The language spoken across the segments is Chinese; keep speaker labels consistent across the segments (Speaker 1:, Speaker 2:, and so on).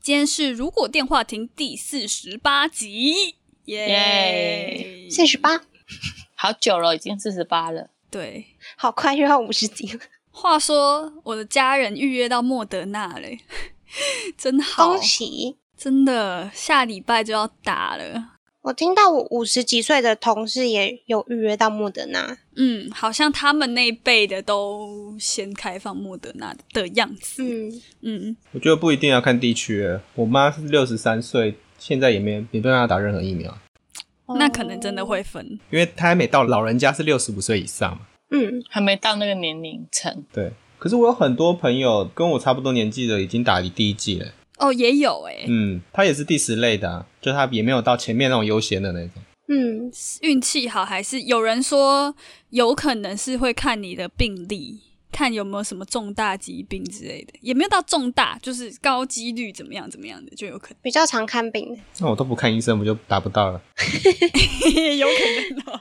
Speaker 1: 今天是《如果电话亭》第四十八集，耶
Speaker 2: 耶！
Speaker 3: 四十八，
Speaker 2: 好久了，已经四十八了。
Speaker 1: 对，
Speaker 3: 好快又要五十集了，
Speaker 1: 话说我的家人预约到莫德纳嘞， 真好
Speaker 3: 恭，喜！
Speaker 1: 真的，下礼拜就要打了。
Speaker 3: 我听到我五十几岁的同事也有预约到莫德纳，
Speaker 1: 嗯，好像他们那一辈的都先开放莫德纳的样子。
Speaker 3: 嗯，
Speaker 1: 嗯，
Speaker 4: 我觉得不一定要看地区耶，我妈是六十三岁，现在也没没办法打任何疫苗，
Speaker 1: 那可能真的会分。
Speaker 4: 因为她还没到老人家是六十五岁以上嘛。
Speaker 3: 嗯，
Speaker 2: 还没到那个年龄层。
Speaker 4: 对，可是我有很多朋友跟我差不多年纪的，已经打第一剂了。
Speaker 1: 哦，也有哎、
Speaker 4: 嗯，他也是第十类的、啊，就他也没有到前面那种悠闲的那种。
Speaker 3: 嗯
Speaker 1: 运气好，还是有人说有可能是会看你的病历，看有没有什么重大疾病之类的，也没有到重大，就是高几率怎么样怎么样的就有 可
Speaker 3: 比较常看病。
Speaker 4: 那哦我都不看医生，不就打不到了？
Speaker 1: 能，有可能哦。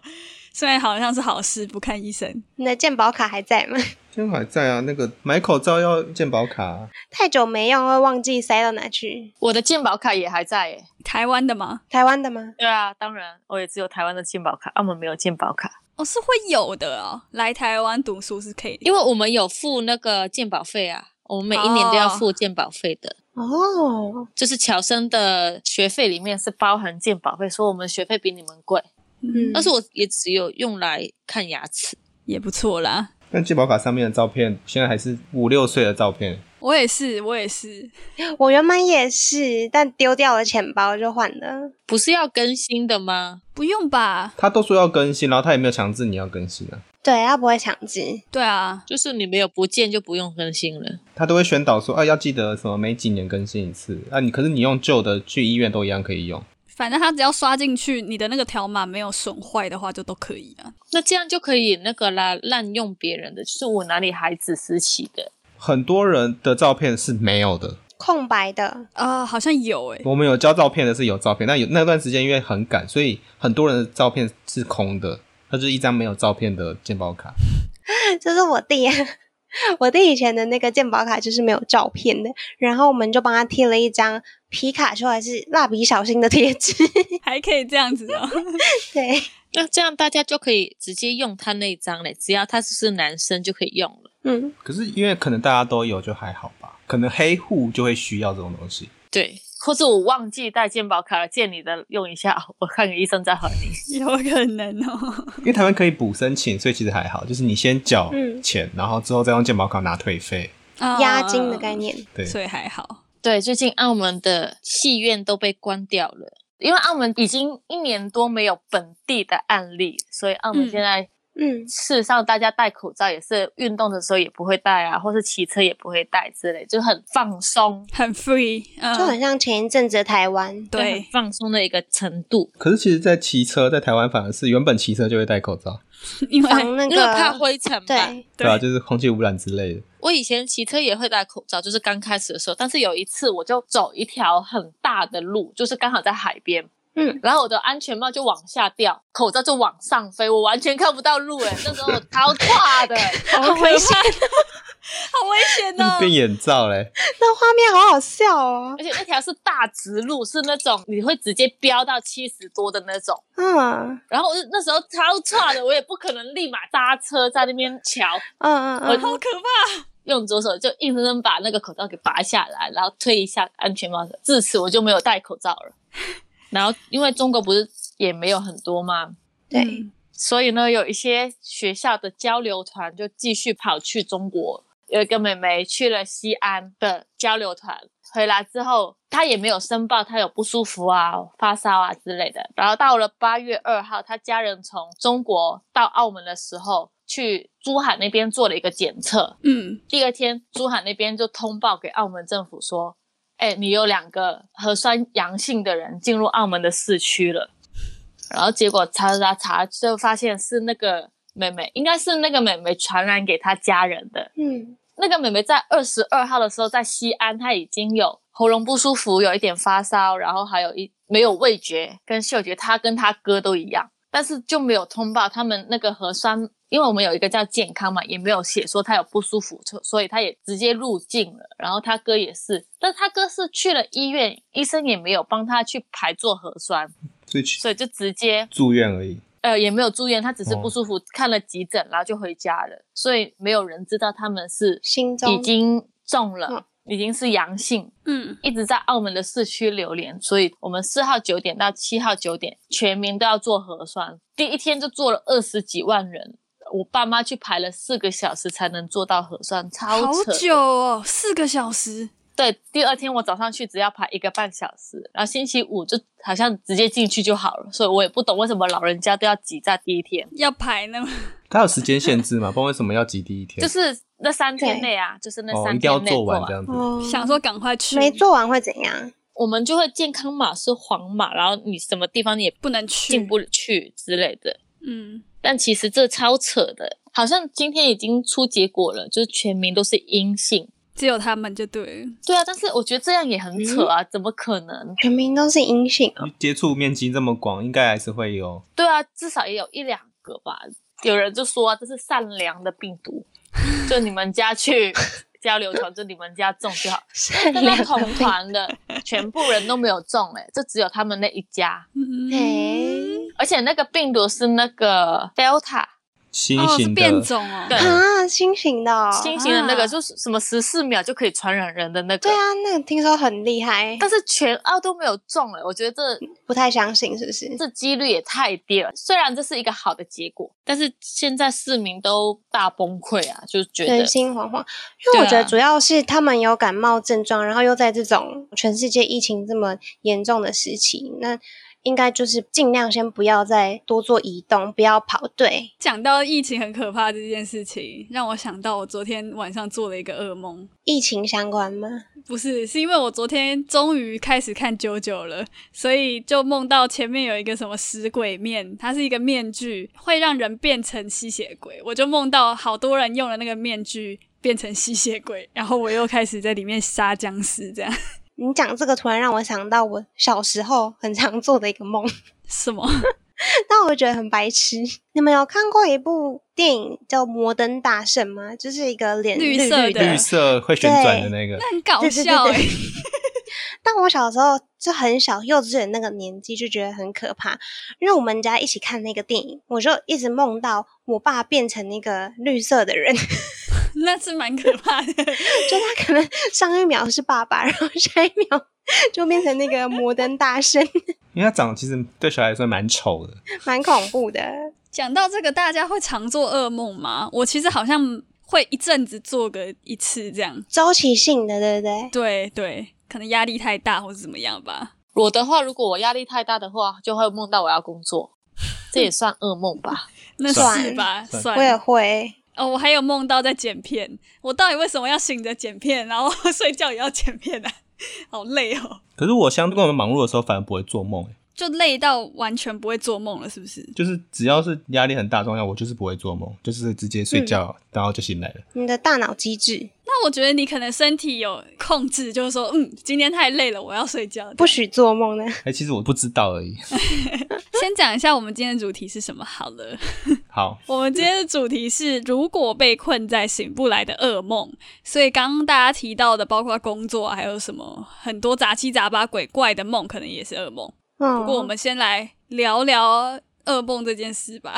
Speaker 1: 虽然好像是好事，不看医生。
Speaker 3: 你的健保卡还在吗？
Speaker 4: 现在还在啊，那个买口罩要健保卡、
Speaker 3: 太久没用会忘记塞到哪去。
Speaker 2: 我的健保卡也还在耶。
Speaker 1: 台湾的吗？
Speaker 3: 台湾的吗？
Speaker 2: 对啊，当然，我也只有台湾的健保卡，澳门没有健保卡，
Speaker 1: 哦，是会有的哦。来台湾读书是可以，
Speaker 5: 因为我们有付那个健保费啊，我们每一年都要付健保费的。
Speaker 3: 哦，
Speaker 5: 就是侨生的，
Speaker 2: 学费里面是包含健保费，所以我们学费比你们贵。
Speaker 1: 嗯，
Speaker 5: 但是我也只有用来看牙齿。
Speaker 1: 也不错啦。
Speaker 4: 但健保卡上面的照片，现在还是五六岁的照片。
Speaker 1: 我也是，我也是。
Speaker 3: 我原本也是，但丢掉了钱包就换了。
Speaker 5: 不是要更新的吗？
Speaker 1: 不用吧？
Speaker 4: 他都说要更新，然后他也没有强制你要更新啊，
Speaker 3: 对，他不会强制。
Speaker 1: 对啊，
Speaker 5: 就是你没有不见就不用更新了。
Speaker 4: 他都会宣导说啊，要记得什么每几年更新一次啊。你可是你用旧的去医院都一样可以用，
Speaker 1: 反正他只要刷进去，你的那个条码没有损坏的话，就都可以啊。
Speaker 5: 那这样就可以那个啦，滥用别人的。
Speaker 2: 就是我哪里孩子时期的，
Speaker 4: 很多人的照片是没有的。
Speaker 3: 空白的，
Speaker 1: 啊、好像有诶、
Speaker 4: 我们有交照片的是有照片，但有那段时间因为很赶，所以很多人的照片是空的，它就是一张没有照片的健保卡。
Speaker 3: 这是我弟， 我弟以前的那个健保卡就是没有照片的，然后我们就帮他贴了一张皮卡丘还是蜡笔小新的贴纸。
Speaker 1: 还可以这样子 哦。
Speaker 3: 对，
Speaker 5: 那这样大家就可以直接用他那一张嘞，只要他是是男生就可以用了。
Speaker 3: 嗯，
Speaker 4: 可是因为可能大家都有，就还好吧。可能黑户就会需要这种东西。
Speaker 5: 对，
Speaker 2: 或是我忘记带健保卡了，借你的用一下，我看个医生再还你。
Speaker 1: 有可能哦。
Speaker 4: 因为台湾可以补申请，所以其实还好，就是你先缴
Speaker 3: 嗯
Speaker 4: 钱，然后之后再用健保卡拿退费。
Speaker 1: 哦
Speaker 3: 押金的概，念。
Speaker 4: 对，
Speaker 1: 嗯所以还好。
Speaker 5: 对，最近澳门的戏院都被关掉了。
Speaker 2: 因为澳门已经一年多没有本地的案例，所以澳门
Speaker 1: 嗯
Speaker 2: 现在
Speaker 3: 嗯，
Speaker 2: 事实上，大家戴口罩也是运动的时候也不会戴啊，或是骑车也不会戴之类，就很放松。
Speaker 1: 很 free，嗯，
Speaker 3: 就很像前一阵子的台湾。
Speaker 5: 就很
Speaker 1: 对，
Speaker 5: 放松的一个程度，
Speaker 4: 可是其实，在骑车，在台湾反而是原本骑车就会戴口罩，
Speaker 1: 哎因为
Speaker 3: 防那
Speaker 5: 因为怕
Speaker 3: 个
Speaker 5: 灰尘吧。
Speaker 3: 对，
Speaker 4: 对啊，就是空气污染之类的。
Speaker 5: 我以前骑车也会戴口罩，就是刚开始的时候，但
Speaker 2: 但是有一次，我就走一条很大的路，就是刚好在海边，
Speaker 3: 嗯，
Speaker 2: 然后我的安全帽就往下掉，口罩就往上飞，我完全看不到 路哎、那时候我超怕的，
Speaker 3: 好危险，
Speaker 1: 好危险
Speaker 4: 那变
Speaker 1: 哦。
Speaker 4: 眼罩嘞，
Speaker 3: 那画面好好笑哦。
Speaker 2: 而且那条是大直路，是那种你会直接飙到七十多的那种。
Speaker 3: 嗯
Speaker 2: 然后我就那时候超差的，我也不可能立马刹车在那边瞧，
Speaker 3: 嗯嗯
Speaker 2: 我
Speaker 3: 嗯，
Speaker 1: 好可怕！
Speaker 2: 用左手就硬生生把那个口罩给拔下来，然后推一下安全帽。自此我就没有戴口罩 了。然后因为中国不是也没有很多嘛，
Speaker 3: 对，
Speaker 2: 所以呢，有一些学校的交流团就继续跑去中国。有一个妹妹去了西安的交流团，回来之后她也没有申报，她有不舒服啊、发烧啊之类的。然后到了八月二号，她家人从中国到澳门的时候，去珠海那边做了一个检测，
Speaker 1: 嗯，
Speaker 2: 第二天，珠海那边就通报给澳门政府说：“哎、哎，你有两个核酸阳性的人进入澳门的市区了。”然后结果查查查，就发现是那个妹妹，应该是那个妹妹传染给她家人的。
Speaker 3: 嗯，
Speaker 2: 那个妹妹在二十二号的时候在西安，她已经有喉咙不舒服，有一点发烧，然后还有一没有味觉跟嗅觉，她跟她哥都一样，但是就没有通报他们那个核酸，因为我们有一个叫健康嘛，也没有写说她有不舒服，所所以她也直接入境了。然后她哥也是，但她哥是去了医院，医生也没有帮她去排做核酸，
Speaker 4: 所以去
Speaker 2: 所以就直接
Speaker 4: 住院而已。
Speaker 2: 呃，也没有住院，他只是不
Speaker 4: 哦
Speaker 2: 舒服，看了急诊，然后就回家了，所以没有人知道他们是
Speaker 3: 心中
Speaker 2: 已经中了，
Speaker 3: 嗯
Speaker 2: 已经是阳性，
Speaker 1: 嗯，
Speaker 2: 一直在澳门的市区流连，所以我们四号九点到七号九点，全民都要做核酸，第一天就做了二十几万人，我爸妈去排了四个小时才能做到核酸，超
Speaker 1: 好
Speaker 2: 扯的
Speaker 1: 久哦，四个小时，
Speaker 2: 对，第二天我早上去只要排一个半小时，然后星期五就好像直接进去就好了，所以我也不懂为什么老人家都要挤在第一天。
Speaker 1: 要排那么
Speaker 3: 嗯
Speaker 4: 它有时间限制嘛？不然为什么要挤第一天？
Speaker 2: 就是那三天
Speaker 3: 对
Speaker 2: 内啊，就是那
Speaker 4: 哦，
Speaker 2: 三
Speaker 4: 一定要
Speaker 2: 天内
Speaker 4: 做
Speaker 2: 完
Speaker 4: 完这样子。
Speaker 3: 哦
Speaker 1: 想说赶快去，
Speaker 3: 没做完会怎样？
Speaker 2: 我们就会健康码是黄码，然后你什么地方也
Speaker 1: 不能去，
Speaker 2: 进不去之类的。
Speaker 1: 嗯，
Speaker 2: 但其实这超扯的，好像今天已经出结果了，就是全民都是阴性。
Speaker 1: 只有他们就对了，
Speaker 2: 对啊，但是我觉得这样也很扯啊，怎么可能？
Speaker 3: 全民都是阴性哦，
Speaker 4: 接触面积这么广，应该还是会有。
Speaker 2: 对啊，至少也有一两个吧。有人就说、啊、这是善良的病毒，就你们家去交流团，就你们家中就好。
Speaker 3: 善
Speaker 2: 但他
Speaker 3: 良
Speaker 2: 同团的全部人都没有中、欸，就只有他们那一家。
Speaker 1: 嗯，
Speaker 3: 哎
Speaker 2: 而且那个病毒是那个 Delta
Speaker 4: 新
Speaker 1: 哦，是
Speaker 4: 型的，
Speaker 1: 变种哦，
Speaker 2: 对
Speaker 3: 啊，新型的哦，
Speaker 2: 新型的那个，
Speaker 1: 啊
Speaker 2: 就是什么十四秒就可以传染人的那个。
Speaker 3: 对，啊，那个听说很厉害，
Speaker 2: 但是全澳都没有中哎、我觉得这
Speaker 3: 不太相信是不是？
Speaker 2: 这几率也太低了。虽然这是一个好的结果，但是现在市民都大崩溃啊，就觉得
Speaker 3: 人心惶惶，因为我觉
Speaker 2: 对
Speaker 3: 得
Speaker 2: 啊
Speaker 3: 主要是他们有感冒症状，然后又在这种全世界疫情这么严重的时期，那应该就是尽量先不要再多做移动，不要跑。对，
Speaker 1: 讲到疫情很可怕这件事情，让我想到我昨天晚上做了一个噩梦。
Speaker 3: 疫情相关吗？
Speaker 1: 不是，是因为我昨天终于开始看九九了，所以就梦到前面有一个什么食鬼面，它是一个面具，会让人变成吸血鬼。我就梦到好多人用了那个面具变成吸血鬼，然后我又开始在里面杀僵尸，这样
Speaker 3: 你讲这个突然让我想到我小时候很常做的一个梦，
Speaker 1: 什 么？
Speaker 3: 但我觉得很白痴。你们有看过一部电影叫《摩登大圣》吗？就是一个脸
Speaker 1: 绿
Speaker 3: 绿
Speaker 1: 色
Speaker 3: 绿
Speaker 1: 的
Speaker 4: 绿色会旋转的那个，
Speaker 1: 很搞笑
Speaker 3: 对
Speaker 1: 哎、
Speaker 3: 对对 对 但我小时候就很小，幼稚园那个年纪就觉得很可怕，因为我们家一起看那个电影，我就一直梦到我爸变成那个绿色的人， 就
Speaker 1: 那是蛮可怕的。
Speaker 3: 他可能上一秒是爸爸，然后下一秒 就变成那个摩登大圣，
Speaker 4: 因为它长得其实对小孩来说蛮丑的。
Speaker 3: 蛮恐怖的。
Speaker 1: 讲到这个，大家会常做噩梦吗？我其实好像会一阵子做个一次这样。
Speaker 3: 周期性的，对不对？
Speaker 1: 对对，可能压力太大或者怎么样吧。
Speaker 2: 我的话，如果我压力太大的话，就会梦到我要工作，这也算噩梦吧？
Speaker 1: 那
Speaker 3: 算
Speaker 1: 是吧，
Speaker 4: 算
Speaker 1: 算
Speaker 3: 我也会，
Speaker 1: 哦，我还有梦到在剪片，我到底为什么要醒着剪片，然后 睡觉也要剪片啊？好累哦，
Speaker 4: 可是我相对我们忙碌的时候，反而不会做梦、欸
Speaker 1: 就累到完全不会做梦了，是不是？
Speaker 4: 就是只要是压力很大的状态，我就是不会做梦，就是直接睡觉，然后就醒来了。
Speaker 3: 你的大脑机制
Speaker 1: 那我觉得你可能身体有控制，就是说，嗯，今天太累了，我要睡觉。
Speaker 3: 不许做梦呢。
Speaker 4: 哎、其实我不知道而已。
Speaker 1: 先讲一下我们今天的主题是什么好了。
Speaker 4: 好，
Speaker 1: 我们今天的主题是如果被困在醒不来的噩梦，所以刚刚大家提到的，包括工作啊，还有什么很多杂七杂八鬼怪的梦，可能也是噩梦。
Speaker 3: 嗯，
Speaker 1: 不过我们先来聊聊噩梦这件事吧。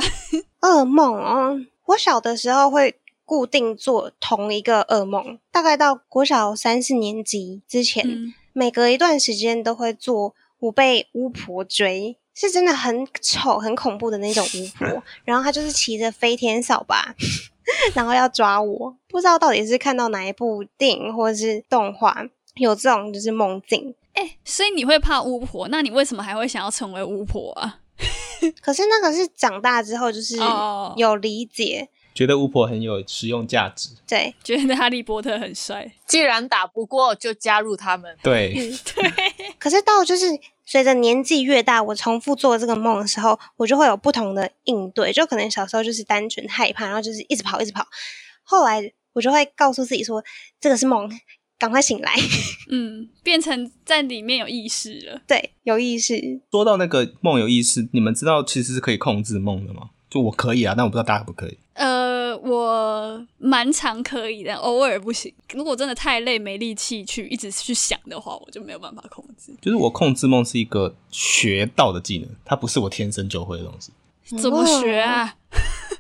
Speaker 3: 噩梦哦，我小的时候会固定做同一个噩梦，大概到国小三四年级之前，
Speaker 1: 嗯，
Speaker 3: 每隔一段时间都会做我被巫婆追。是真的很丑、很恐怖的那种巫 婆，然后她就是骑着飞天扫把， 然后要抓我。不知道到底是看到哪一部电影或者是动画有这种就是梦境，
Speaker 1: 所以你会怕巫婆，那你为什么还会想要成为巫婆啊？
Speaker 3: 可是那个是长大之后就是
Speaker 1: 哦
Speaker 3: 有理解，
Speaker 4: 觉得巫婆很有实用价值。
Speaker 3: 对，
Speaker 1: 觉得哈利波特很帅，
Speaker 2: 既然打不过，就加入他们。
Speaker 4: 对，
Speaker 3: 可是到就是随着年纪越大，我重复做这个梦的时候，我就会有不同的应对。就可能小时候就是单纯害怕，然后就是一直跑，一直跑。后来我就会告诉自己说，这个是梦，赶快醒来。
Speaker 1: 嗯，变成在里面有意识了。
Speaker 3: 对，有意识。
Speaker 4: 说到那个梦有意识，你们知道其实是可以控制梦的吗？就我可以啊，但我不知道大家可不可以。
Speaker 1: 呃，我蛮常可以的，但偶尔不行。如果真的太累没力气去一直去想的话，我就没有办法控制。
Speaker 4: 就是我控制梦是一个学到的技能，它不是我天生就会的东西。
Speaker 1: 怎么学啊？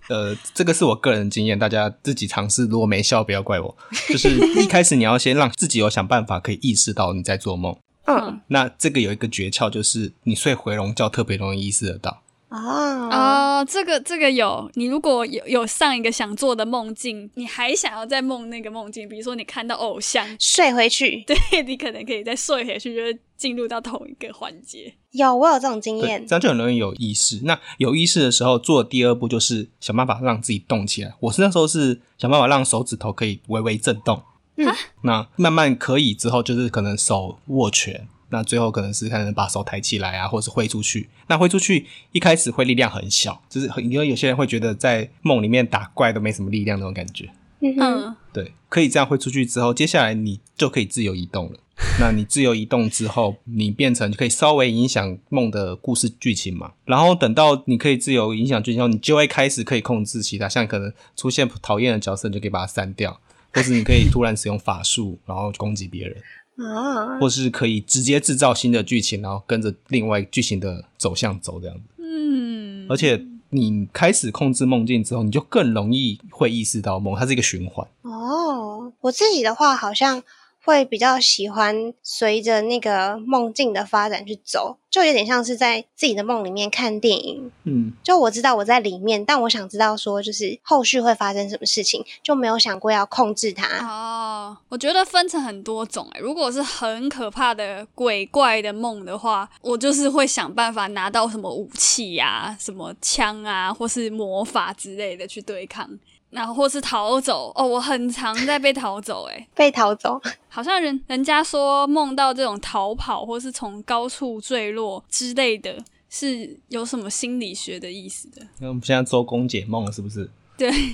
Speaker 4: 呃，这个是我个人经验，大家自己尝试，如果没效不要怪我。就是一开始你要先让自己有想办法可以意识到你在做梦。
Speaker 3: 嗯
Speaker 4: 那这个有一个诀窍，就是你睡回笼觉特别容易意识得到。
Speaker 3: 啊，
Speaker 1: 哦，这个这个有，你如果有有上一个想做的梦境，你还想要再梦那个梦境，比如说你看到偶像，
Speaker 3: 睡回去。
Speaker 1: 对你可能可以再睡回去，就是进入到同一个环节。
Speaker 3: 有，我有这种经
Speaker 4: 对，
Speaker 3: 验
Speaker 4: 这。样就很容易有意识。那有意识的时候，做的第二步就是想办法让自己动起来。我是那时候是想办法让手指头可以微微震动，
Speaker 3: 嗯，
Speaker 4: 那慢慢可以之后，就是可能手握拳，那最后可能是可能把手抬起来啊，或是挥出去。那挥出去一开始会力量很小，就是很因为有些人会觉得在梦里面打怪都没什么力量那种感觉。
Speaker 3: 嗯哼，
Speaker 1: 嗯，
Speaker 4: 对，可以这样挥出去之后，接下来你就可以自由移动了。那你自由移动之后，你变成可以稍微影响梦的故事剧情嘛？然后等到你可以自由影响剧情后，你就会开始可以控制其他，像可能出现讨厌的角色，你就可以把它删掉，或是你可以突然使用法术， 然后攻击别人，
Speaker 1: 嗯
Speaker 3: 啊，
Speaker 4: 或是可以直接制造新的剧情，然后跟着另外剧情的走向走这样子。
Speaker 1: 嗯，
Speaker 4: 而且你开始控制梦境之后，你就更容易会意识到梦，它是一个循环。
Speaker 3: 哦，我自己的话好像会比较喜欢随着那个梦境的发展去走，就有点像是在自己的梦里面看电影。
Speaker 4: 嗯，
Speaker 3: 就我知道我在里面，但我想知道说就是后续会发生什么事情，就没有想过要控制它。
Speaker 1: 哦，我觉得分成很多种、欸。如果是很可怕的鬼怪的梦的话，我就是会想办法拿到什么武器呀、什么枪啊，或是魔法之类的去对抗，然后或是逃走。哦，我很常在被逃走、欸，
Speaker 3: 被逃走，
Speaker 1: 好像人人家说梦到这种逃跑或是从高处坠落之类的，是有什么心理学的意思的？
Speaker 4: 那我们现在周公解梦了，是不是？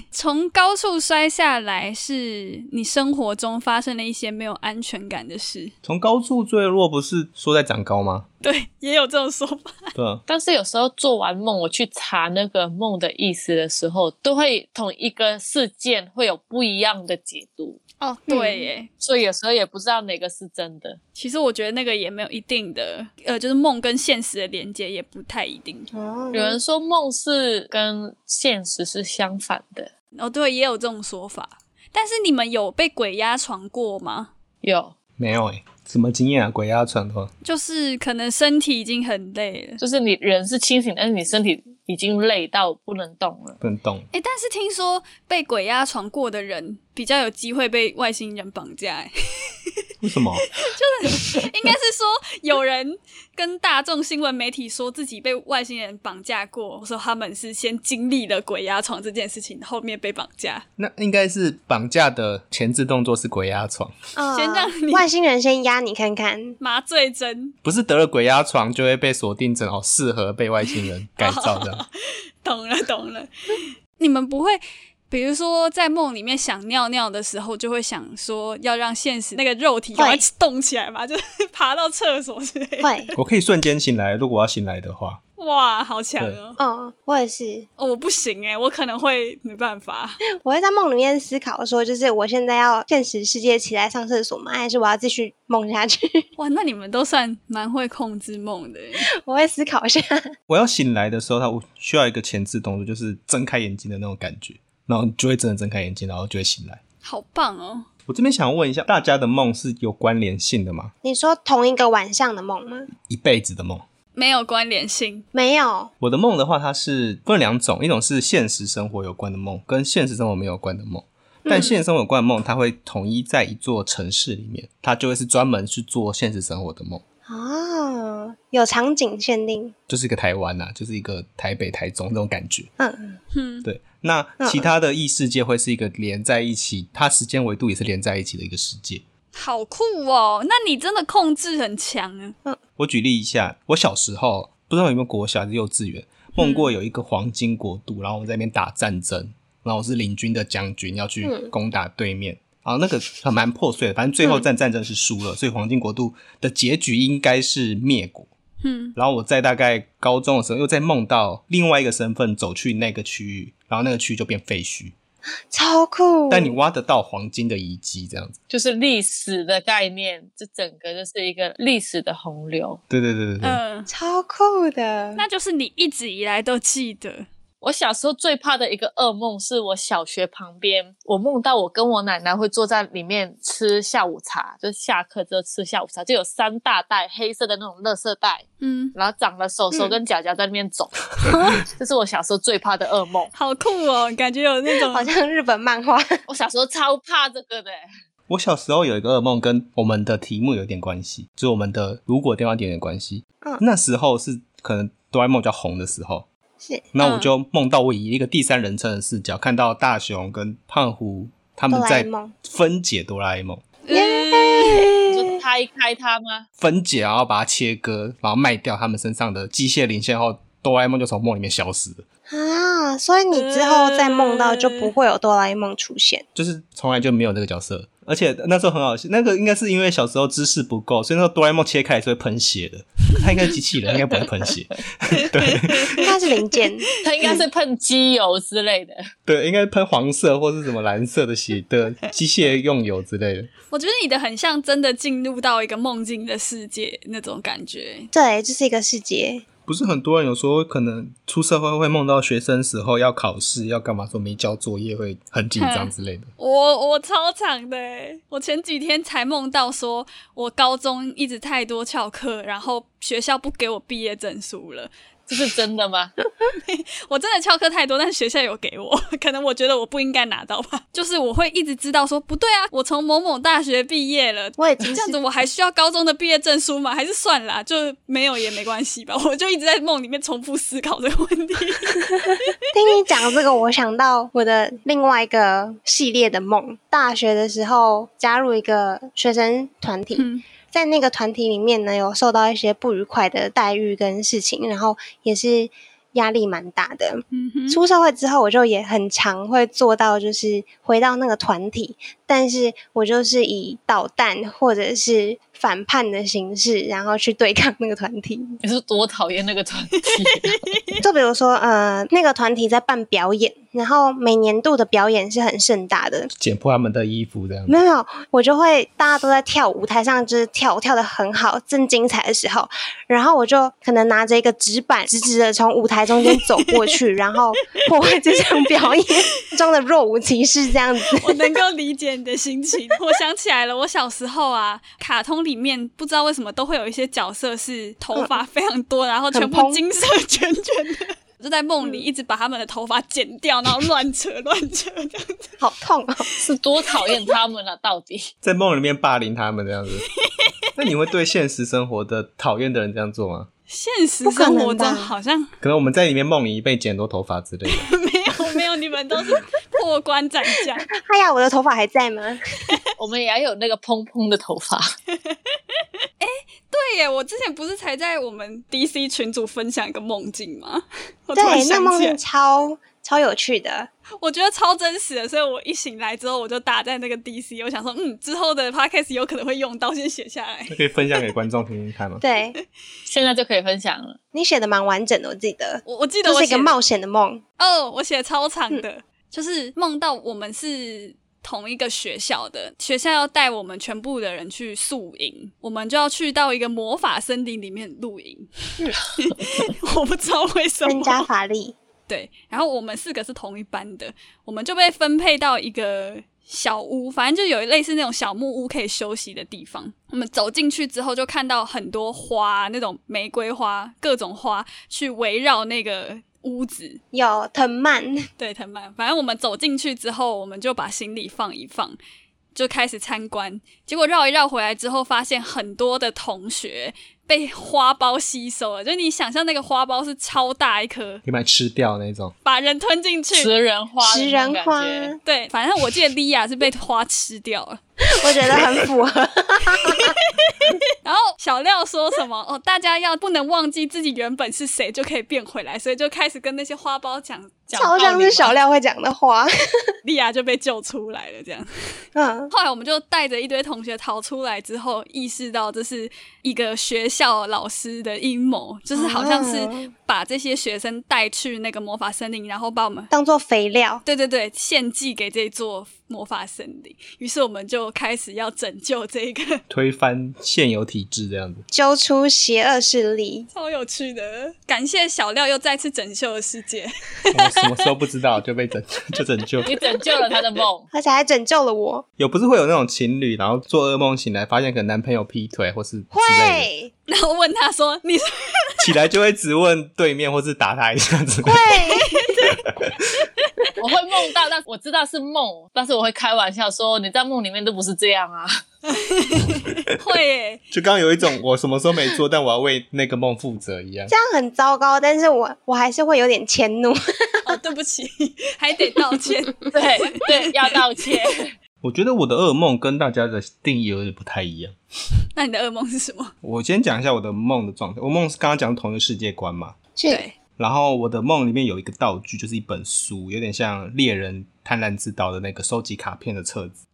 Speaker 1: 从高处摔下来是你生活中发生了一些没有安全感的事，
Speaker 4: 从高处坠落不是说在长高吗？
Speaker 1: 对，也有这种说法。
Speaker 4: 对啊，
Speaker 2: 但是有时候做完梦，我去查那个梦的意思的时候，都会同一个事件会有不一样的解读，
Speaker 1: 哦，对耶。
Speaker 2: 所以有时候也不知道哪个是真的。
Speaker 1: 其实我觉得那个也没有一定的，呃，就是梦跟现实的连接也不太一定。
Speaker 3: 哦，
Speaker 2: 有人说梦是跟现实是相反的，
Speaker 1: 哦，对，也有这种说法。但是你们有被鬼压床过吗？
Speaker 2: 有
Speaker 4: 没有诶、什么经验啊？鬼压床的话，
Speaker 1: 就是可能身体已经很累了，
Speaker 2: 就是你人是清醒，但是你身体已经累到不能动了。
Speaker 4: 不能动。
Speaker 1: 哎，但是听说被鬼压床过的人比较有机会被外星人绑架，哎，
Speaker 4: 为什么？
Speaker 1: 应该是说有人跟大众新闻媒体说自己被外星人绑架过，说他们是先经历了鬼压床这件事情，后面被绑架。
Speaker 4: 那应该是绑架的前置动作是鬼压床，
Speaker 3: 啊
Speaker 1: 先让你
Speaker 3: 外星人先压你看 看。
Speaker 1: 麻醉针，
Speaker 4: 不是得了鬼压床就会被锁定成哦，适合被外星人改造的。
Speaker 1: 懂了懂了。 你们不会，比如说在梦里面想尿尿的时候，就会想说要让现实那个肉体赶快
Speaker 3: 会
Speaker 1: 动起来嘛，就是爬到厕所之类的。
Speaker 3: 会，
Speaker 4: 我可以瞬间醒来，如果我要醒来的话，
Speaker 1: 哇，好强
Speaker 4: 对
Speaker 1: 哦！
Speaker 3: 哦，我也是，
Speaker 1: 哦，我不行哎、我可能会没办法。
Speaker 3: 我会在梦里面思考说，就是我现在要现实世界起来上厕所吗？还是我要继续梦下去？
Speaker 1: 哇，那你们都算蛮会控制梦的欸。
Speaker 3: 我会思考一下。
Speaker 4: 我要醒来的时候，它我需要一个前置动作，就是睁开眼睛的那种感觉，然后你就会真的睁开眼睛，然后就会醒来。
Speaker 1: 好棒哦！
Speaker 4: 我这边想问一下，大家的梦是有关联性的吗？
Speaker 3: 你说同一个晚上的梦吗？
Speaker 4: 一辈子的梦？
Speaker 1: 没有关联性，
Speaker 3: 没有，
Speaker 4: 我的梦的话，它是分两种，一种是现实生活有关的梦，跟现实生活没有关的梦。但现实生活有关的梦，它会统一在一座城市里面，它就会是专门去做现实生活的梦。
Speaker 3: 哦，有场景限定，
Speaker 4: 就是一个台湾呐、就是一个台北、台中那种感觉。
Speaker 3: 嗯，
Speaker 1: 哼，
Speaker 4: 对，那其他的异世界会是一个连在一起，它时间维度也是连在一起的一个世界。
Speaker 1: 好酷哦！那你真的控制很强啊，
Speaker 4: 我举例一下，我小时候不知道有没有国小还是幼稚园，梦过有一个黄金国度，然后我们在那边打战争，然后我是领军的将军，要去
Speaker 3: 嗯
Speaker 4: 攻打对面。啊，那个很蛮破碎的，反正最后战战争是输了，所以黄金国度的结局应该是灭国。
Speaker 1: 嗯
Speaker 4: 然后我在大概高中的时候，又在梦到另外一个身份走去那个区域，然后那个区域就变废墟，
Speaker 3: 超酷。
Speaker 4: 但你挖得到黄金的遗迹，这样子。
Speaker 2: 就是历史的概念，这整个就是一个历史的洪流。
Speaker 4: 对对对对对，
Speaker 1: 嗯、呃
Speaker 3: 超酷的，
Speaker 1: 那就是你一直以来都记得，
Speaker 2: 我小时候最怕的一个噩梦，是我小学旁边，我梦到我跟我奶奶会坐在里面吃下午茶，就是下课之后吃下午茶，就有三大袋黑色的那种垃圾袋，
Speaker 1: 嗯，
Speaker 2: 然后长了手手
Speaker 3: 嗯
Speaker 2: 跟脚脚在那边走， 这是我小时候最怕的噩梦。
Speaker 1: 好酷哦，感觉有那种
Speaker 3: 好像日本漫画。
Speaker 2: 我小时候超怕这个的欸，
Speaker 4: 我小时候有一个噩梦，跟我们的题目有点关系，就是我们的如果电话点有点关系。
Speaker 3: 嗯
Speaker 4: 那时候是可能哆啦 A 梦比较红的时候，
Speaker 3: 是嗯
Speaker 4: 那我就梦到我以一个第三人称的视角看到大雄跟胖虎他们
Speaker 3: 哆啦 A
Speaker 4: 在
Speaker 3: 梦
Speaker 4: 分解哆啦 A 梦，
Speaker 1: 呃
Speaker 2: 你
Speaker 3: 嗯
Speaker 2: 就开开它吗？
Speaker 4: 分解然后把它切割，然后卖掉他们身上的机械零件后，哆啦 A 梦就从梦里面消失了。
Speaker 3: 啊，所以你之后再梦到就不会有哆啦 A 梦出现。
Speaker 4: 就是从来就没有这个角色，而且那时候很好笑，那个应该是因为小时候知识不够，所以那时候哆啦 A 梦切开也是会喷血的，他应该是机器人，应该不会喷血，
Speaker 3: 应该是零件，
Speaker 2: 它应该
Speaker 3: 嗯
Speaker 2: 是喷机油之类的。
Speaker 4: 对，应该喷黄色或是什么蓝色的血的机械用油之类的。
Speaker 1: 我觉得你的很像真的进入到一个梦境的世界那种感觉，
Speaker 3: 对，这是一个世界。
Speaker 4: 不是很多人有说，可能出社会会梦到学生时候要考试要干嘛，说没交作业会很紧张 之类的。
Speaker 1: 我我超长的欸，我前几天才梦到说，我高中一直太多翘课，然后学校不给我毕业证书了。
Speaker 2: 这是真的吗？
Speaker 1: 我真的翘课太多，但是学校有给我， 可能我觉得我不应该拿到吧。就是我会一直知道说，不对啊，我从某某大学毕业了。
Speaker 3: 我已
Speaker 1: 这
Speaker 3: 经
Speaker 1: 样
Speaker 3: 是
Speaker 1: 子我还需要高中的毕业证书吗？还是算啦，就没有也没关系吧。 我就一直在梦里面重复思考这个问 题。
Speaker 3: 听你讲这个，我想到我的另外一个系列的梦。大学的时候加入一个学生团体，
Speaker 1: 嗯
Speaker 3: 在那个团体里面呢，有受到一些不愉快的待遇跟事情，然后也是压力蛮大的。
Speaker 1: 嗯哼，
Speaker 3: 出社会之后，我就也很常会做到，就是回到那个团体，但是我就是以捣蛋或者是反叛的形式，然后去对抗那个团体。
Speaker 2: 你是多讨厌那个团体？
Speaker 3: 就比如说，呃，那个团体在办表演，然后每年度的表演是很盛大的，
Speaker 4: 剪破他们的衣服这样子
Speaker 3: 没，有没有，我就会大家都在跳舞，台上就是跳舞跳的很好，正精彩的时候，然后我就可能拿着一个纸板，直直的从舞台中间走过去，然后破坏这场表演，装的若无其事这样子。
Speaker 1: 我能够理解你的心情。我想起来了，我小时候啊，卡通里面不知道为什么都会有一些角色是头发非常多，然后全
Speaker 3: 很
Speaker 1: 部
Speaker 3: 蓬
Speaker 1: 金色卷卷 的。我就在梦里一直把他们的头发剪掉，然后乱扯 乱扯这样子。
Speaker 3: 好痛哦！
Speaker 2: 是多讨厌他们啊？到底？
Speaker 4: 在梦里面霸凌他们这样子。那你会对现实生活的讨厌的人这样做吗？
Speaker 1: 现实
Speaker 3: 不可
Speaker 1: 生活
Speaker 3: 能吧
Speaker 1: 中 好像
Speaker 4: 可能我们在里面梦里被剪很多头发之类的。
Speaker 1: 没有没有，你们 都是破关斩将。
Speaker 3: 哎呀，我的头发还在吗？
Speaker 2: 我们也有那个蓬蓬的头发，
Speaker 1: 对耶，我之前不是才在我们 DC 群组分享一个梦境吗？ 我突然
Speaker 3: 对，那
Speaker 1: 想
Speaker 3: 梦
Speaker 1: 起来
Speaker 3: 境超超有趣的。
Speaker 1: 我觉得超真实的，所以我一醒来之后我就打在那个 DC，我想说，嗯，之后的 podcast 有可能会用到，先写下来。
Speaker 4: 可以分享给观众听听看吗？
Speaker 3: 对
Speaker 2: 现在就可以分享了。
Speaker 3: 你写的蛮完整的，我记得，
Speaker 1: 我我记得
Speaker 3: 这
Speaker 1: 我
Speaker 3: 是一
Speaker 1: 写
Speaker 3: 个冒险的梦。
Speaker 1: 哦，我写超长的，就是梦到我们是同一个学校的，学校要带我们全部的人去宿营，我们就要去到一个魔法森林里面露营。 我不知道为什么
Speaker 3: 增加法力，
Speaker 1: 对，然后我们四个是同一班的，我们就被分配到一个小屋，反正就有类似那种小木屋可以休息的地方。我们走进去之后，就看到很多花，那种玫瑰花、各种花去围绕那个屋子，
Speaker 3: 有藤蔓，
Speaker 1: 对，藤蔓。反正我们走进去之后，我们就把行李放一放。就开始参观，结果绕一绕回来之后，发现很多的同学被花苞吸收了，就你想象那个花苞是超大一颗，
Speaker 4: 可以把它吃掉那种。
Speaker 1: 把人吞进去。
Speaker 2: 食人花，
Speaker 3: 食人花，
Speaker 1: 对，反正我记得莉亚是被花吃掉了。
Speaker 3: 我觉得很符合。
Speaker 1: 然后小廖说什么哦，大家要不能忘记自己原本是谁，就可以变回来，所以就开始跟那些花苞 讲，
Speaker 3: 超像是小廖会讲的话。
Speaker 1: 莉亚就被救出来了这样。
Speaker 3: 嗯，
Speaker 1: 后来我们就带着一堆同学逃出来之后，意识到这是一个学校老师的阴谋，就是好像是
Speaker 3: 哦
Speaker 1: 把这些学生带去那个魔法森林，然后把我们
Speaker 3: 当做肥料。
Speaker 1: 对对对，献祭给这座魔法森林。于是我们就开始要拯救这个
Speaker 4: 推翻现有体制这样子。
Speaker 3: 揪出邪恶势力，。
Speaker 1: 超有趣的。感谢小廖又再次拯救了世界。
Speaker 4: 我什么时候不知道就被拯 就拯救。
Speaker 2: 你拯救了他的梦
Speaker 3: 而且还拯救了我。
Speaker 4: 有不是会有那种情侣，然后做噩梦醒来，发现可能男朋友劈腿或是之类
Speaker 3: 会
Speaker 4: 的，
Speaker 1: 然后问他说：“你是
Speaker 4: 起来就会质问对面或是打他一下之类的。
Speaker 3: 会，
Speaker 2: 我会梦到，但我知道是梦，但是我会开玩笑说你在梦里面都不是这 样啊。
Speaker 1: 会耶
Speaker 4: 就刚刚有一种我什么时候没做，但我要为那个梦负责一样
Speaker 3: 这。样很糟糕。但是我我还是会有点迁怒。
Speaker 1: 哦，对不起，还得道歉。
Speaker 2: 对对，要道歉。
Speaker 4: 我觉得我的噩梦跟大家的定义有点不太一样。
Speaker 1: 那你的噩梦是什么？
Speaker 4: 我先讲一下我的梦的状态。我梦是刚刚讲同一个世界观嘛，
Speaker 3: 是
Speaker 1: 对，
Speaker 4: 然后我的梦里面有一个道具，就是一本书，有点像猎人贪婪之岛的那个收集卡片的册 子。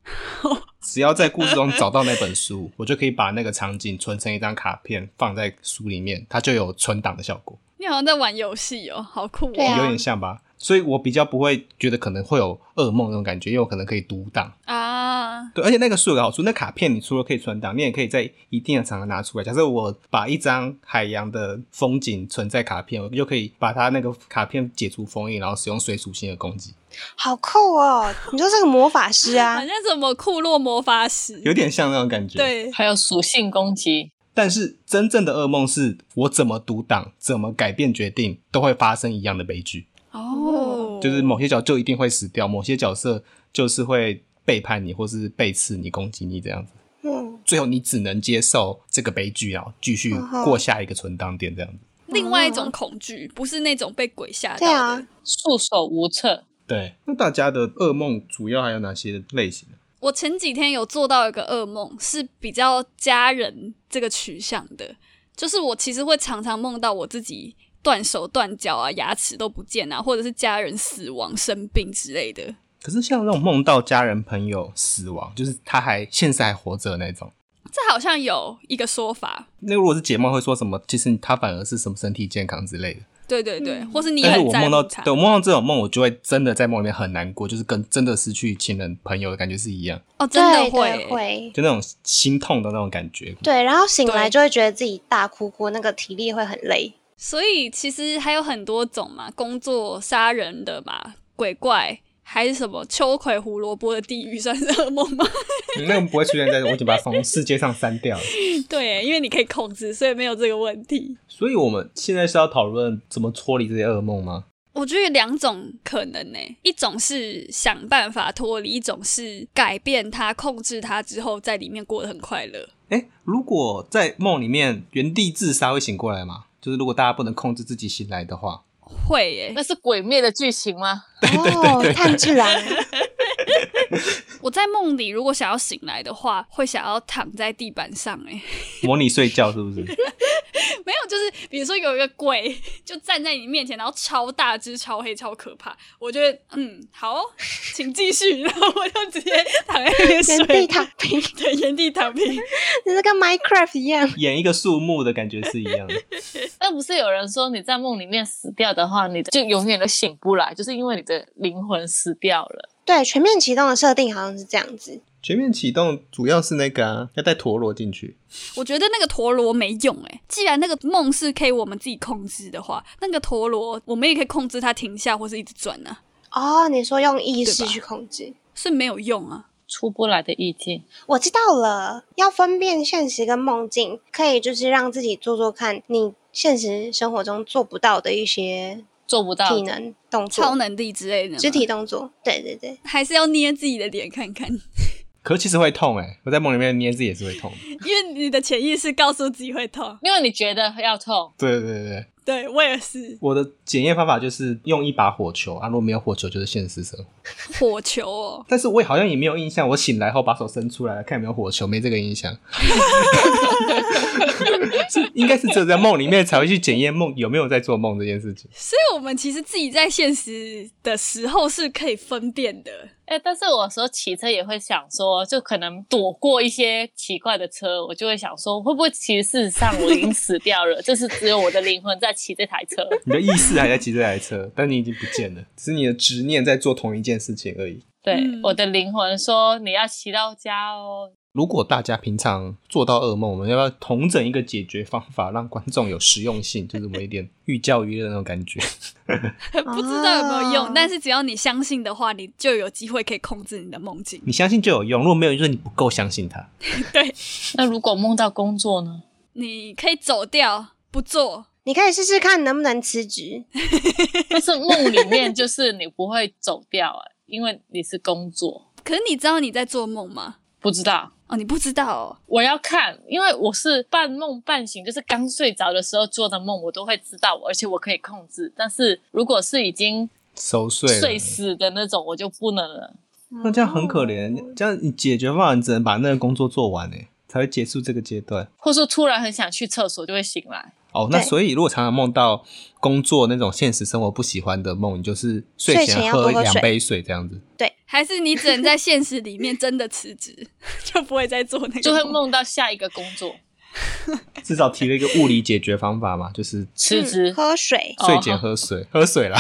Speaker 4: 只要在故事中找到那本书，我就可以把那个场景存成一张卡片，放在书里面，它就有存档的效果，
Speaker 1: 你好像在玩游戏哦，好酷
Speaker 3: 对
Speaker 1: 哦！
Speaker 3: 啊
Speaker 4: 有点像吧。所以我比较不会觉得可能会有噩梦那种感觉，因为我可能可以读档。
Speaker 1: 啊，
Speaker 4: 对，而且那个书有个好处，那卡片你除了可以存档，你也可以在一定的场合拿出来。假设我把一张海洋的风景存在卡片，我就可以把它那个卡片解除封印，然后使用水属性的攻击，
Speaker 3: 好酷哦！你就是个魔法师啊
Speaker 1: 好，像什么库洛魔法使，
Speaker 4: 有点像那种感觉。，
Speaker 1: 对，
Speaker 2: 还有属性攻击，
Speaker 4: 但是真正的噩梦是我怎么读档，怎么改变决定，都会发生一样的悲剧，
Speaker 1: 哦，
Speaker 4: 就是某些角就一定会死掉，某些角色就是会背叛你，或是背刺你、攻击你这样子。
Speaker 3: 嗯，
Speaker 4: 最后你只能接受这个悲剧，然后继
Speaker 1: 啊
Speaker 4: 续
Speaker 3: 嗯哼
Speaker 4: 过下一个存档点这样子。
Speaker 1: 另外一种恐惧，不是那种被鬼吓到的。
Speaker 3: 对啊，
Speaker 2: 束手无策。
Speaker 4: 对，那大家的噩梦主要还有哪些类型？
Speaker 1: 我前几天有做到一个噩梦，是比较家人这个取向的，就是我其实会常常梦到我自己断手断脚啊，牙齿都不见啊，或者是家人死亡、生病之类的。
Speaker 4: 可是像那种梦到家人朋友死亡，就是他还现在还活着的那种。
Speaker 1: 这好像有一个说法，
Speaker 4: 那如果是解梦，会说什么？其实他反而是什么身体健康之类的。
Speaker 1: 对对对，
Speaker 3: 嗯
Speaker 1: 或是你
Speaker 4: 但是
Speaker 1: 很
Speaker 4: 我
Speaker 1: 在
Speaker 4: 梦
Speaker 1: 乎
Speaker 4: 到，
Speaker 1: 他
Speaker 4: 对我梦到这种梦，我就会真的在梦里面很难过，就是跟真的失去亲人朋友的感觉是一样，
Speaker 1: 哦，真的
Speaker 3: 对
Speaker 1: 会
Speaker 3: 对会。
Speaker 4: 就那种心痛的那种感觉。
Speaker 3: 对，然后醒来
Speaker 1: 对
Speaker 3: 就会觉得自己大哭哭，那个体力会很 累。
Speaker 1: 所以其实还有很多种嘛，工作杀人的嘛，鬼怪。还是什么秋葵胡萝卜的地狱算是噩梦吗？
Speaker 4: 那个不会出现在，我已经把它从世界上删掉了。
Speaker 1: 对，因为你可以控制，所以没有这个问题。
Speaker 4: 所以我们现在是要讨论怎么脱离这些噩梦吗？
Speaker 1: 我觉得有两种可能呢、一种是想办法脱离，一种是改变它、控制它之后，在里面过得很快乐。
Speaker 4: 哎，如果在梦里面原地自杀会醒过来吗？就是如果大家不能控制自己醒来的话，
Speaker 1: 会耶、
Speaker 2: 那是鬼灭的剧情吗？
Speaker 3: 哦，炭治郎，
Speaker 1: 我在梦里如果想要醒来的话，会想要躺在地板上、欸。
Speaker 4: 模拟睡觉是不是？
Speaker 1: 没有，就是比如说有一个鬼 就站在你面前，然后超大只、超黑、超可怕，我就会嗯好 哦、请继续，然后我就直接躺在那边睡，
Speaker 3: 原地躺平，
Speaker 1: 对，原地躺平。
Speaker 3: 你是跟 Minecraft 一样。
Speaker 4: 演一个树木的感觉是一样的。
Speaker 2: 那不是有人说你在梦里面死掉的话，你就永远都醒不来，就是因为你的灵魂死掉了。
Speaker 3: 对，全面启动的设定好像是这样子。
Speaker 4: 全面启动主要是那个啊，要带陀螺进去。
Speaker 1: 我觉得那个陀螺没用哎、既然那个梦是可以我们自己控制的话，那个陀螺我们也可以控制它停下或是一直转啊，
Speaker 3: 哦，你说用意识
Speaker 1: 对吧
Speaker 3: 去控制？
Speaker 1: 是没有用啊。
Speaker 2: 出不来的意境，
Speaker 3: 我知道了，要分辨现实跟梦境，可以就是让自己做做看你现实生活中做不到的一些
Speaker 2: 做不到
Speaker 3: 体能动
Speaker 1: 超
Speaker 3: 作、
Speaker 1: 能力之类的吗，
Speaker 3: 肢体动作。对对对，
Speaker 1: 还是要捏自己的脸看看。
Speaker 4: 可是其实会痛哎、我在梦里面捏自己也是会痛的。
Speaker 1: 因为你的潜意识告诉自己会痛。
Speaker 2: 因为你觉得要痛，
Speaker 4: 对对对对，
Speaker 1: 对我也是，
Speaker 4: 我的检验方法就是用一把火球啊，如果没有火球就是现实生活。
Speaker 1: 火球哦，
Speaker 4: 但是我也好像也没有印象，我醒来后把手伸出来看有没有火球，没这个印象。 是应该是只有在梦里面才会去检验梦有没有在做梦这件事情。
Speaker 1: 所以我们其实自己在现实的时候是可以分辨的。
Speaker 2: 哎，但是我有时候骑车也会想说，就可能躲过一些奇怪的车，我就会想说，会不会其实事实上我已经死掉了，就是只有我的灵魂在骑这台车。
Speaker 4: 你的意识还在骑这台车，但你已经不见了，只是你的执念在做同一件事情而已。
Speaker 2: 对，
Speaker 1: 嗯
Speaker 2: 我的灵魂说你要骑到家哦。
Speaker 4: 如果大家平常做到噩梦，我们要不要同整一个解决方法，让观众有实用性，就是我们有点寓教于乐的那种感觉？
Speaker 1: 不知道有没有
Speaker 2: 啊
Speaker 1: 用，
Speaker 3: 哦
Speaker 1: 但是只要你相信的话，你就有机会可以控制你的梦境。
Speaker 4: 你相信就有用，如果没有，就是你不够相信它。
Speaker 1: 对，
Speaker 2: 那如果梦到工作呢？
Speaker 1: 你可以走掉，不做。
Speaker 3: 你可以试试看能不能辞职。
Speaker 2: 但是梦里面就是你不会走掉啊，因为你是工作，
Speaker 1: 可是你知道你在做梦吗？
Speaker 2: 不知道。
Speaker 1: 哦，你不知道哦。
Speaker 2: 我要看，因为我是半梦半醒，就是刚睡着的时候做的梦，我都会知道，而且我可以控制。但是如果是已经
Speaker 4: 熟睡了
Speaker 2: 睡死的那种，我就不能了。
Speaker 4: 那这样很可怜。这样你解决方法，你只能把那个工作做完诶，才会结束这个阶段。
Speaker 2: 或是突然很想去厕所就会醒来，
Speaker 4: 哦，那
Speaker 3: 对
Speaker 4: 所以如果常常梦到工作那种现实生活不喜欢的梦，你就是睡
Speaker 3: 睡前要
Speaker 4: 喝
Speaker 3: 多喝
Speaker 4: 两
Speaker 3: 水
Speaker 4: 杯水这样子。
Speaker 1: 还是你只能在现实里面真的辞职， 就不会再做那个，
Speaker 2: 就会。梦到下一个工作，
Speaker 4: 至少提了一个物理解决方法嘛，就是
Speaker 2: 辞职
Speaker 3: 嗯、喝水，
Speaker 2: 哦
Speaker 4: 睡前喝水，喝水啦。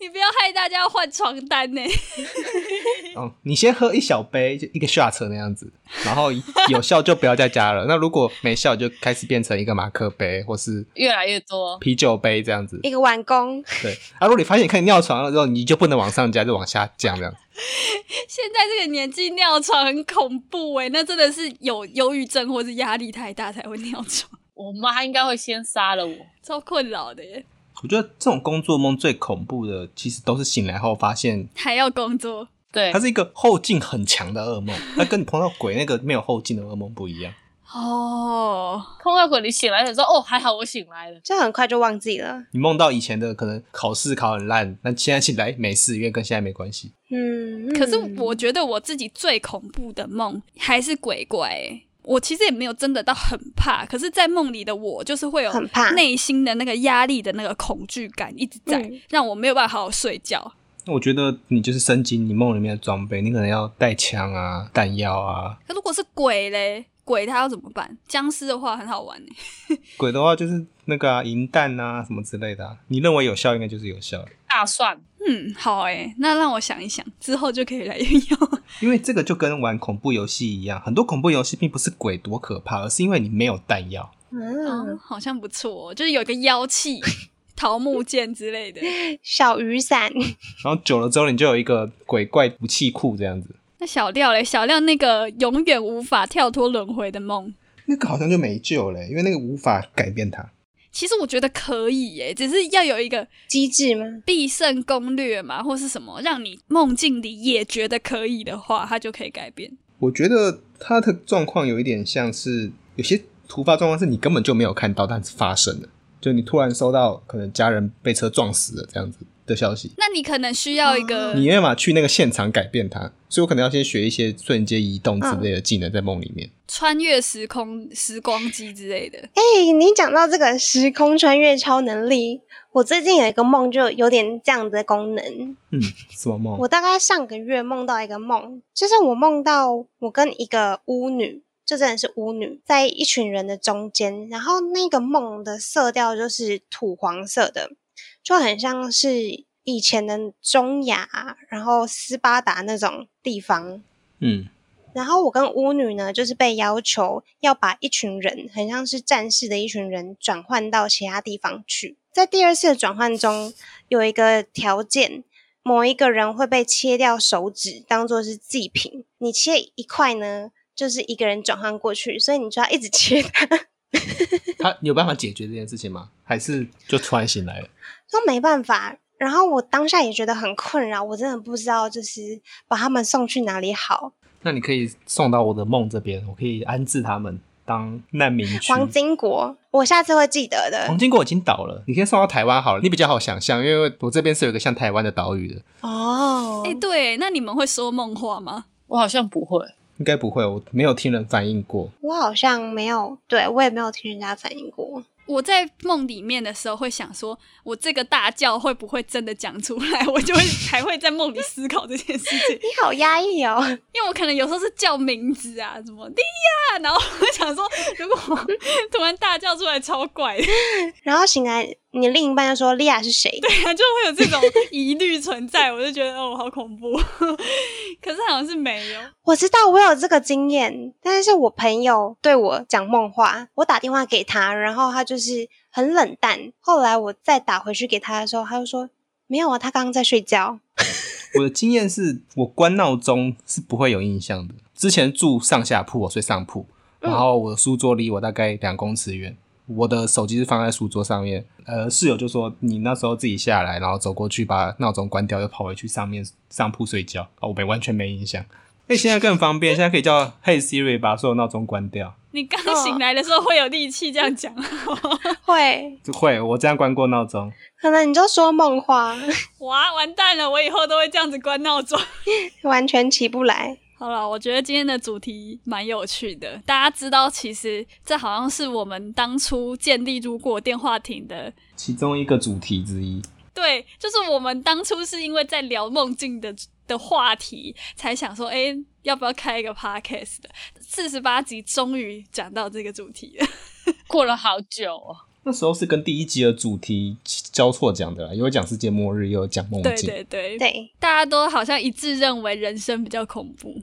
Speaker 1: 你不要害大家换床单呢。
Speaker 4: 哦，你先喝一小杯，就一个 shot 那样子，然后有效就不要再加了。那如果没效，就开始变成一个马克杯或是
Speaker 2: 越来越多。
Speaker 4: 啤酒杯这样子。
Speaker 3: 一个碗工，
Speaker 4: 对，啊，如果你发现你开始尿床了之后，你就不能往上加，就往下降这样。
Speaker 1: 现在这个年纪尿床很恐怖哎，那真的是有忧郁症或是压力太大才会尿床，
Speaker 2: 我妈应该会先杀了我。
Speaker 1: 超困扰的耶。
Speaker 4: 我觉得这种工作梦最恐怖的，其实都是醒来后发现
Speaker 1: 还要工作，
Speaker 2: 对
Speaker 4: 它，是一个后劲很强的噩梦，它跟你碰到鬼那个没有后劲的噩梦不一样。
Speaker 1: 哦，
Speaker 2: 碰到鬼你醒来的时候，哦，还好我醒来了。
Speaker 3: 这很快就忘记了。
Speaker 4: 你梦到以前的可能考试考很烂，那现在醒来没事，因为跟现在没关系。
Speaker 3: 嗯，
Speaker 1: 可是
Speaker 3: 嗯
Speaker 1: 我觉得我自己最恐怖的梦还是鬼怪耶。我其实也没有真的到很怕，可是，在梦里的我就是会有
Speaker 3: 很怕
Speaker 1: 内心的那个压力的那个恐惧感一直在，
Speaker 3: 嗯
Speaker 1: 让我没有办法好好睡觉。
Speaker 4: 那我觉得你就是升级你梦里面的装备，你可能要带枪啊、弹药啊。
Speaker 1: 可如果是鬼嘞，鬼他要怎么办？僵尸的话很好玩耶欸
Speaker 4: 鬼的话就是那个啊，银弹啊什么之类的、啊。你认为有效，应该就是有效。
Speaker 2: 大蒜，
Speaker 1: 嗯，好诶，那让我想一想，之后就可以来运用。
Speaker 4: 因为这个就跟玩恐怖游戏一样，很多恐怖游戏并不是鬼多可怕，而是因为你没有弹药。
Speaker 1: 哦
Speaker 3: 嗯，，
Speaker 1: 好像不错、哦，就是有一个妖气、桃木剑之类的。
Speaker 3: 小雨伞，
Speaker 4: 然后久了之后，你就有一个鬼怪武器库这样子。
Speaker 1: 那小廖嘞，小廖那个永远无法跳脱轮回的梦，
Speaker 4: 那个好像就没救了、欸因为那个无法改变它。
Speaker 1: 其实我觉得可以耶，只是要有一个
Speaker 3: 机智吗？
Speaker 1: 必胜攻略嘛，或是什么，让你梦境里也觉得可以的话，它就可以改变。
Speaker 4: 我觉得他的状况有一点像是有些突发状况是你根本就没有看到，但是发生了，就你突然收到可能家人被车撞死了这样子的消息，
Speaker 1: 那你可能需要一个，
Speaker 4: 你没办法去那个现场改变它，所以我可能要先学一些瞬间移动之类的技能在梦里面。
Speaker 1: 穿越时空、时光机之类的。
Speaker 3: 哎、你讲到这个时空穿越超能力，我最近有一个梦就有点这样的功能。
Speaker 4: 嗯，什么梦
Speaker 3: 我？大概上个月梦到一个梦，就是我梦到我跟一个巫女，就真的是巫女，在一群人的中间，然后那个梦的色调就是土黄色的，就很像是以前的中亚，然后斯巴达那种地方。
Speaker 4: 嗯，
Speaker 3: 然后我跟巫女呢，就是被要求要把一群人，很像是战士的一群人，转换到其他地方去。在第二次的转换中，有一个条件，某一个人会被切掉手指，当做是祭品。你切一块呢，就是一个人转换过去，所以你就要一直切它，
Speaker 4: 他有办法解决这件事情吗？还是就突然醒来了？
Speaker 3: 都没办法。然后我当下也觉得很困扰，我真的不知道就是把他们送去哪里好。
Speaker 4: 那你可以送到我的梦这边，我可以安置他们当难民区。
Speaker 6: 黄金国，我下次会记得
Speaker 4: 黄
Speaker 6: 的。
Speaker 4: 金国已经倒了，你可以送到台湾好了，你比较好想象，因为我这边是有一个像台湾的岛屿的，
Speaker 6: 哦
Speaker 1: 哎、，对，那你们会说梦话吗？
Speaker 2: 我好像不会。
Speaker 4: 应该不会，我没有听人反映过。
Speaker 6: 我好像没有，对我也没有听人家反映过。
Speaker 1: 我在梦里面的时候会想说，我这个大叫会不会真的讲出来？ 我就会还会在梦里思考这件事情，
Speaker 6: 你好压抑哦，
Speaker 1: 因为我可能有时候是叫名字啊，什么莉亚，然后 我想说，如果我突然大叫出来，超怪的，
Speaker 6: 然后醒来，你另一半就说莉亚是谁？
Speaker 1: 就会有这种疑虑存在。我就觉得哦，好恐怖。 可是好像是没有，
Speaker 6: 我知道我有这个经验，但是我朋友对我讲梦话，我打电话给他，然后他就是很冷淡。后来我再打回去给他的时候，他就说没有啊，他刚刚在睡觉。
Speaker 4: 我的经验是我关闹钟是不会有印象的。之前住上下铺，我睡上铺，
Speaker 6: 嗯
Speaker 4: 然后我的书桌离我大概两公尺远，我的手机是放在书桌上面。呃，室友就说你那时候自己下来，然后走过去把闹钟关掉，又跑回去上面上铺睡觉。哦，我没完全没印象。哎，现在更方便，现在可以叫 Hey Siri 把所有闹钟关掉。
Speaker 1: 你刚醒来的时候会有力气这样讲。
Speaker 6: 会，
Speaker 4: 会，我这样关过闹钟。
Speaker 6: 可能你就说梦话，
Speaker 1: 哇，完蛋了！我以后都会这样子关闹钟。
Speaker 6: 完全起不来。
Speaker 1: 好了，我觉得今天的主题蛮有趣的。大家知道，其实这好像是我们当初建立如果电话亭的，
Speaker 4: 其中一个主题之一，
Speaker 1: 对，就是我们当初是因为在聊梦境的的话题，才想说，哎、要不要开一个 podcast 的？四十八集终于讲到这个主题了。
Speaker 2: 过了好久、哦，
Speaker 4: 那时候是跟第一集的主题交错讲的啦，有讲世界末日，也有讲梦境。
Speaker 1: 对对对，
Speaker 6: 对，
Speaker 1: 大家都好像一致认为人生比较恐怖。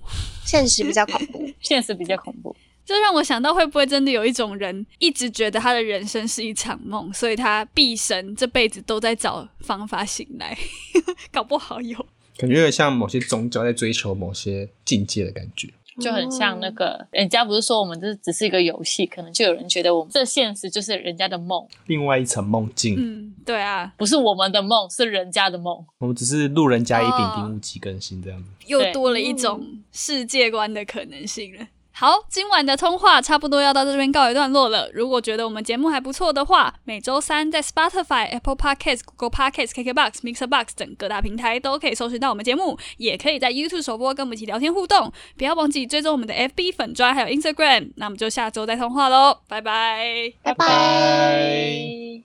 Speaker 6: 现实比较恐怖。
Speaker 2: 现实比较恐怖。
Speaker 1: 这让我想到，会不会真的有一种人，一直觉得他的人生是一场梦，所以他毕生这辈子都在找方法醒来， 搞不好有。
Speaker 4: 感觉有点像某些宗教在追求某些境界的感觉。
Speaker 2: 就很像那个人家不是说我们这只是一个游戏，可能就有人觉得我们这现实就是人家的梦，
Speaker 4: 另外一层梦境，
Speaker 1: 嗯，对啊，
Speaker 2: 不是我们的梦，是人家的梦。
Speaker 4: 我们只是路人甲乙丙
Speaker 1: 哦
Speaker 4: 丁戊己更新这样子。
Speaker 1: 又
Speaker 2: 对
Speaker 1: 多了一种世界观的可能性了。好，今晚的通话差不多要到这边告一段落了。如果觉得我们节目还不错的话，每周三在 Spotify、Apple Podcasts、Google Podcasts、KKBox、Mixer Box 等各大平台都可以搜寻到我们节目，也可以在 YouTube 首播跟我们一起聊天互动。不要忘记追踪我们的 FB 粉砖还有 Instagram。那我们就下周再通话喽，拜拜。
Speaker 6: 拜拜。
Speaker 4: 拜